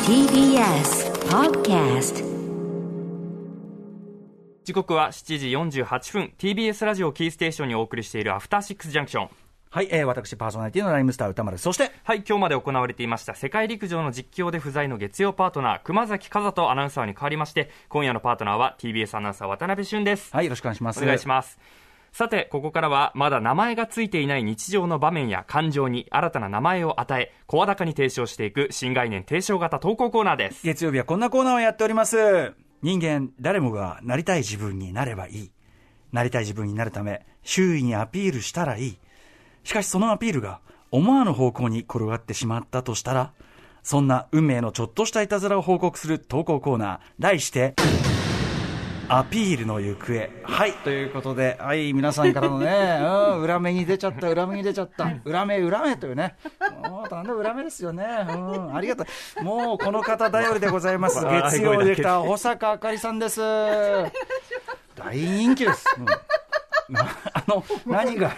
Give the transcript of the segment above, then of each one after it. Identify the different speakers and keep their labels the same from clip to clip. Speaker 1: TBS Podcast
Speaker 2: 時刻は7時48分 TBS ラジオキーステーションにお送りしているアフターシックスジャンクション
Speaker 3: はい、えー、私パーソナリティのライムスター歌丸そして
Speaker 2: はい今日まで行われていました世界陸上の実況で不在の月曜パートナー熊崎風人アナウンサーに代わりまして今夜のパートナーは TBS アナウンサー渡辺俊です
Speaker 3: はいよろしくお願いします
Speaker 2: お願いしますさてここからはまだ名前がついていない日常の場面や感情に新たな名前を与え声高に提唱していく新概念提唱型投稿コーナーです
Speaker 3: 月曜日はこんなコーナーをやっております人間誰もがなりたい自分になればいいなりたい自分になるため周囲にアピールしたらいいしかしそのアピールが思わぬ方向に転がってしまったとしたらそんな運命のちょっとしたいたずらを報告する投稿コーナー題してアピールの行方はいということではい皆さんからのね、 うん、裏目に出ちゃった裏目に出ちゃった裏目裏目というねもうだんだん裏目ですよねうんありがとうもうこの方頼りでござい ます
Speaker 2: わあ
Speaker 3: 月曜ディレクター保坂あかりさんです大人気です、うん なあの何が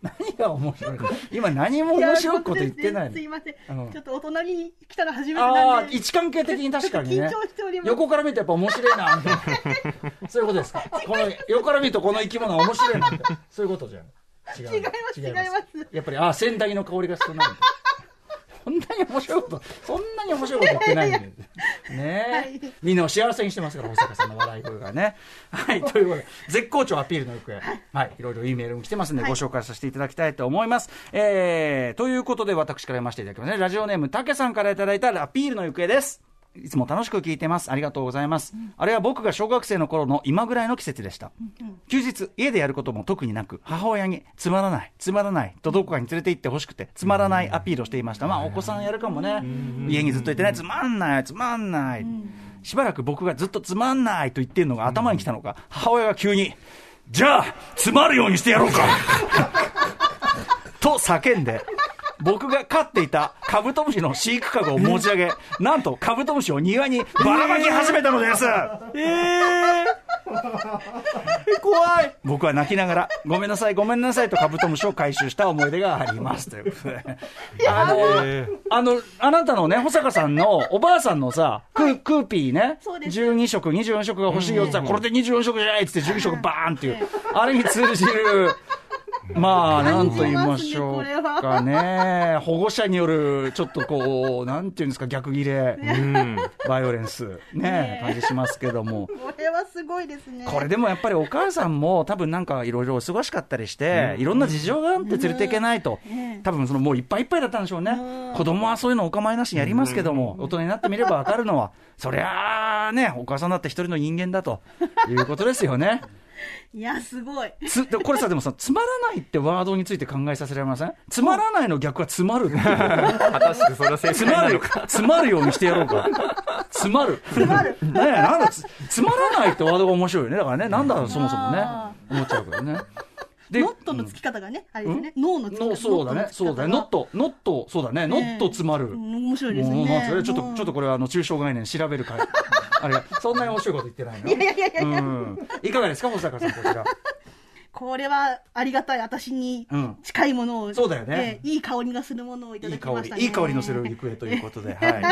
Speaker 3: 何が面白いの今何も面白いこと言ってないの
Speaker 4: すいませ
Speaker 3: うん
Speaker 4: ん。ちょっと大人に来たの初めて
Speaker 3: あ
Speaker 4: な
Speaker 3: あ
Speaker 4: ん
Speaker 3: ー
Speaker 4: で。
Speaker 3: 位置関係的に確かにね
Speaker 4: ちょっと緊張しております
Speaker 3: 横から見るとやっぱ面白いな そういうことですかこの横から見るとこの生き物は面白いなってそういうことじゃん違う
Speaker 4: 違います違います
Speaker 3: やっぱりああ洗濯の香りが してないんだそんなに面白いことそんなに面白いこと言ってないんでねえ、
Speaker 4: はい
Speaker 3: みんなを幸せにしてますから保坂さんの笑い声が ねはいということで絶好調アピールの行方はいいろいろいいメールも来てますんで、
Speaker 4: はい
Speaker 3: ご紹介させていただきたいと思います、えー、ということで私から読ませていただきますねラジオネームたけさんからいただいたアピールの行方ですいつも楽しく聞いてます。ありがとうございます。あれは僕が小学生の頃の今ぐらいの季節でした。休日、家でやることも特になく、母親につまらない、つまらないとどこかに連れて行ってほしくて、つまらないアピールをしていました。まあ、お子さんやるかもね。家にずっといてね、つまんない、つまんない。しばらく僕がずっとつまんないと言ってるのが頭に来たのか、母親が急に、じゃあ、つまるようにしてやろうかと叫んで、僕が飼っていたカブトムシの飼育かごを持ち上げ、なんとカブトムシを庭にばらまき始めたのです。えー、怖い僕は泣きながら、ごめんなさい、ごめんなさいとカブトムシを回収した思い出があります。ということで。あの、あの、あなたのね、保坂さんのおばあさんの さ、クークーピーね、
Speaker 4: そうです
Speaker 3: 12色、24色が欲しいよって言ったら、これで24色じゃないっつって12色バーンっていう、あれに通じる、 まあ、なんと言いましょうかね、保護者による、ちょっとこう、なんていうんですか、逆ギレ、
Speaker 2: うん
Speaker 3: バイオレンス、ね
Speaker 4: ね、
Speaker 3: 感じしますけども。
Speaker 4: これはすごいですね。
Speaker 3: これでもやっぱりお母さんも多分なんかいろいろお忙しかったりして、いろんな事情があって連れていけないと
Speaker 4: ね、
Speaker 3: 多分そのもういっぱいいっぱいだったんでしょうね。子供はそういうのお構いなしにやりますけども、大人になってみればわかるの は、そりゃあね、お母さんだって一人の人間だということですよね。
Speaker 4: いやすごい。
Speaker 3: つでこれさ、でもさ、つまらないってワードについて考えさせられませんつまらないの逆はつまるっていう
Speaker 2: 果たしてそれは正
Speaker 3: つ
Speaker 2: 解
Speaker 3: ま
Speaker 2: な
Speaker 3: る
Speaker 2: の
Speaker 3: よ
Speaker 2: か。
Speaker 3: つまるようにしてやろうか。つまる。つまる。ねえ、なんだつ、つまらないってワードが面白いよね。だからね、なんだろうそもそもね
Speaker 4: あ。
Speaker 3: 思っちゃうから ね。で
Speaker 4: ノットの付き方がね、あれですね。脳の付き
Speaker 3: の
Speaker 4: 方。
Speaker 3: そうだね、そうだね、ノッ
Speaker 4: ト
Speaker 3: ト、ノット、そうだね、ノ
Speaker 4: の付き方が。
Speaker 3: ットつまる。も
Speaker 4: うん面白
Speaker 3: う
Speaker 4: いです
Speaker 3: まあ
Speaker 4: ね。
Speaker 3: それちょっと、
Speaker 4: うん
Speaker 3: ちょっとこれ、あの、抽象概念調べ る会。あれ、そんなに面白いこと言ってないの。
Speaker 4: いやいやいやいや
Speaker 3: うんいかがですか、保坂さん、こちら。
Speaker 4: これはありがたい私に
Speaker 3: うん
Speaker 4: 近いものを。
Speaker 3: そうだよね
Speaker 4: ええ。いい香りがするものをいた
Speaker 3: い
Speaker 4: だ
Speaker 3: い
Speaker 4: きま
Speaker 3: 香
Speaker 4: したね。
Speaker 3: り、いい香りのする行方ということ で、はい。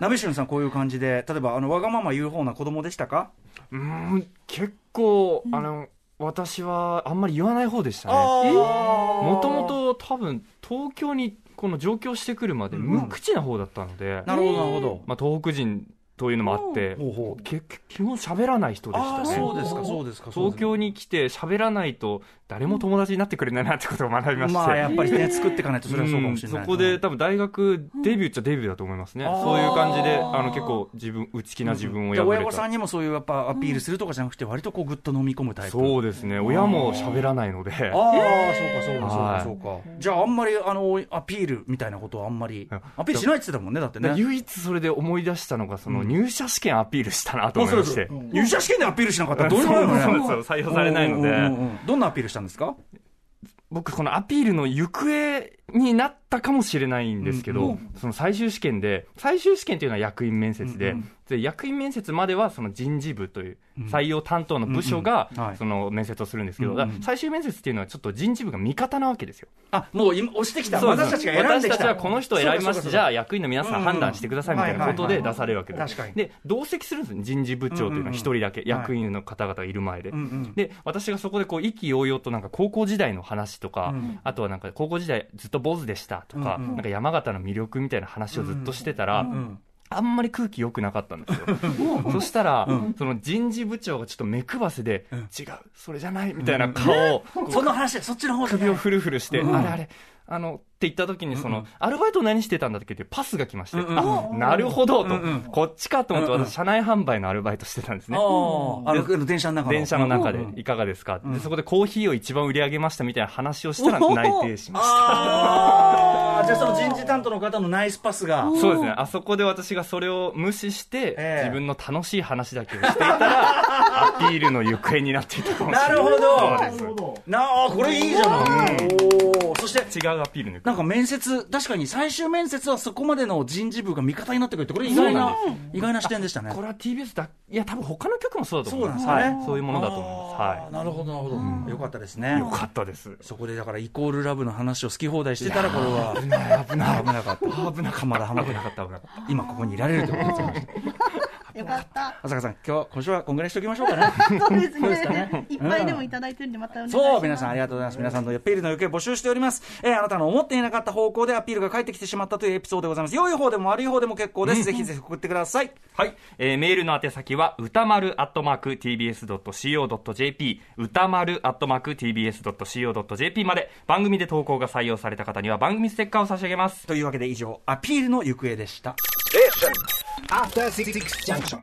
Speaker 3: ナベシュンさん、こういう感じで、例えば、あの、わがまま言う方な子供でしたか。
Speaker 2: うーん結構、あの私はあんまり言わない方でしたねも
Speaker 3: も
Speaker 2: ともと多分東京にこの上京してくるまで
Speaker 3: うん
Speaker 2: 無口な方だったので、
Speaker 3: なるほど、なるほど。
Speaker 2: まあ、東北人というのもあって
Speaker 3: ほうほう。
Speaker 2: け基本喋らない人でした
Speaker 3: ああ、
Speaker 2: ね
Speaker 3: そうですか、そうですか。そう
Speaker 2: 東
Speaker 3: ですか
Speaker 2: 京に来て喋らないと誰も友達になってくれないなってことを学びまして、
Speaker 3: まあ、やっぱりね、作っていかないと、それはそうかもしれない。
Speaker 2: うんそこで、多分大学デビューっちゃデビューだと思いますね、
Speaker 3: あー
Speaker 2: そういう感じであの結構自分内気な自分を
Speaker 3: じゃあ
Speaker 2: 破れ
Speaker 3: 親御
Speaker 2: た、
Speaker 3: さんにもそういうやっぱアピールするとかじゃなくて、割とこうぐっと飲み込むタイプ。
Speaker 2: そうですね親も喋らないので
Speaker 3: ああ、そうか、そう
Speaker 2: は
Speaker 3: か、
Speaker 2: い
Speaker 3: そうか、そうか。じゃあ、あんまり、あの、アピールみたいなことはあんまり
Speaker 2: いや、
Speaker 3: アピールしないって言ってたもんね、だって
Speaker 2: で
Speaker 3: ね。
Speaker 2: 唯一それで思い出したのがその
Speaker 3: うん
Speaker 2: 入社試験アピールしたなと思いまして、
Speaker 3: うん入社試験でアピールしなかったらどういうこ
Speaker 2: そ
Speaker 3: と
Speaker 2: う
Speaker 3: な
Speaker 2: そ
Speaker 3: の
Speaker 2: う
Speaker 3: ね。
Speaker 2: そう採用されないの
Speaker 3: うんうん
Speaker 2: で
Speaker 3: うんうん。どんなアピールしたんですか
Speaker 2: 僕このアピールの行方になったかもしれないんですけど、
Speaker 3: う
Speaker 2: その最終試験で最終試験というのは役員面接で、
Speaker 3: うんう
Speaker 2: で役員面接まではその人事部という採用担当の部署が
Speaker 3: うんうんはい
Speaker 2: その面接をするんですけど、
Speaker 3: うんう
Speaker 2: だ
Speaker 3: ん
Speaker 2: から最終面接っていうのはちょっと人事部が味方なわけですよ。
Speaker 3: あもう今押してきた
Speaker 2: そうです
Speaker 3: 私たちが選んできた
Speaker 2: 私たちはこの人を選びま
Speaker 3: そうかそうかそう
Speaker 2: す
Speaker 3: か
Speaker 2: じゃあ役員の皆さん判断してくださいみたいなこと
Speaker 3: うん
Speaker 2: で
Speaker 3: うんはいはいはい
Speaker 2: 出されるわけです
Speaker 3: 確かに
Speaker 2: で同席するんですね人事部長というのは一人だけ、
Speaker 3: うんうんうん
Speaker 2: 役員の方々がいる前で、
Speaker 3: うんうん
Speaker 2: で私がそこでこう意気揚々となんか高校時代の話とか、
Speaker 3: うん
Speaker 2: あとはなんか高校時代ずっと坊主でしたとか,、
Speaker 3: うんうん
Speaker 2: なんか山形の魅力みたいな話をずっとしてたら、
Speaker 3: うん
Speaker 2: あんまり空気良くなかったんですよ。そしたら、
Speaker 3: うん
Speaker 2: その人事部長がちょっと目くばせで、
Speaker 3: うん
Speaker 2: 違う、それじゃないみたいな顔を、こう
Speaker 3: その話そっちの方じゃない
Speaker 2: 首をふるふるして、
Speaker 3: うん
Speaker 2: あれあれ、あの、って言った時に、その、
Speaker 3: うんうん
Speaker 2: アルバイト何してたんだっけってパスが来まして、
Speaker 3: うんうん
Speaker 2: あ、なるほどと、
Speaker 3: うんうん
Speaker 2: こっちかと思って、
Speaker 3: うんうん
Speaker 2: 私、車内販売のアルバイトしてたんですね。
Speaker 3: あああの電車の中の
Speaker 2: 電車の中
Speaker 3: う
Speaker 2: で
Speaker 3: んうん
Speaker 2: いかがですか、
Speaker 3: ん
Speaker 2: でそこでコーヒーを一番売り上げましたみたいな話をしたら
Speaker 4: おお
Speaker 2: 内定しました。
Speaker 3: ああじゃあその人事担当の方のナイスパスが
Speaker 4: お
Speaker 2: そうですね。あそこで私がそれを無視して、
Speaker 3: ええ
Speaker 2: 自分の楽しい話だけをしていた ら、アピールの行方になっていたかもしれない。
Speaker 3: なるほど
Speaker 2: そうです
Speaker 3: なあこれいいじゃないおーそして
Speaker 2: 違うアピールの行
Speaker 3: な
Speaker 2: 方
Speaker 3: んか面接確かに最終面接はそこまでの人事部が味方になってくるってこれ意外な
Speaker 2: そう
Speaker 3: 意外な視点でしたね
Speaker 2: これは TBS だ、いや、多分他の局もそうだと
Speaker 3: そう
Speaker 2: 思い
Speaker 3: なん
Speaker 2: ま。
Speaker 3: ですす
Speaker 2: は
Speaker 3: かね
Speaker 2: い。そういうものだと思います。
Speaker 3: あ
Speaker 2: は
Speaker 3: ーなるほどなるほど、よかったですね
Speaker 2: い。よかったです。
Speaker 3: そこでだからイコールラブの話を好き放題してたらこれは
Speaker 2: 危ない、危ない、危
Speaker 3: 危なかった
Speaker 2: 危なか
Speaker 3: 浜田浜
Speaker 2: 危
Speaker 3: 田
Speaker 2: なかった、危なかった。
Speaker 3: 今ここにいられるってことですよ
Speaker 4: よかった。
Speaker 3: 浅香さん今日今週はこんぐらいにしておきましょうかね
Speaker 4: そうです
Speaker 3: そうですかね
Speaker 4: ね。いっぱいでもいただいてるんで、またお願いします。
Speaker 3: そう皆さんありがとうございます皆さんのアピールの行方募集しております、えーあなたの思っていなかった方向でアピールが返ってきてしまったというエピソードでございます良い方でも悪い方でも結構です、ぜひぜひ送ってください
Speaker 2: はい。えーメールの宛先は、歌丸アットマーク tbs.co.jp、歌丸アットマーク tbs.co.jp まで、番組で投稿が採用された方には番組ステッカーを差し上げます。
Speaker 3: というわけで以上アピールの行方でした
Speaker 1: After Six Junction.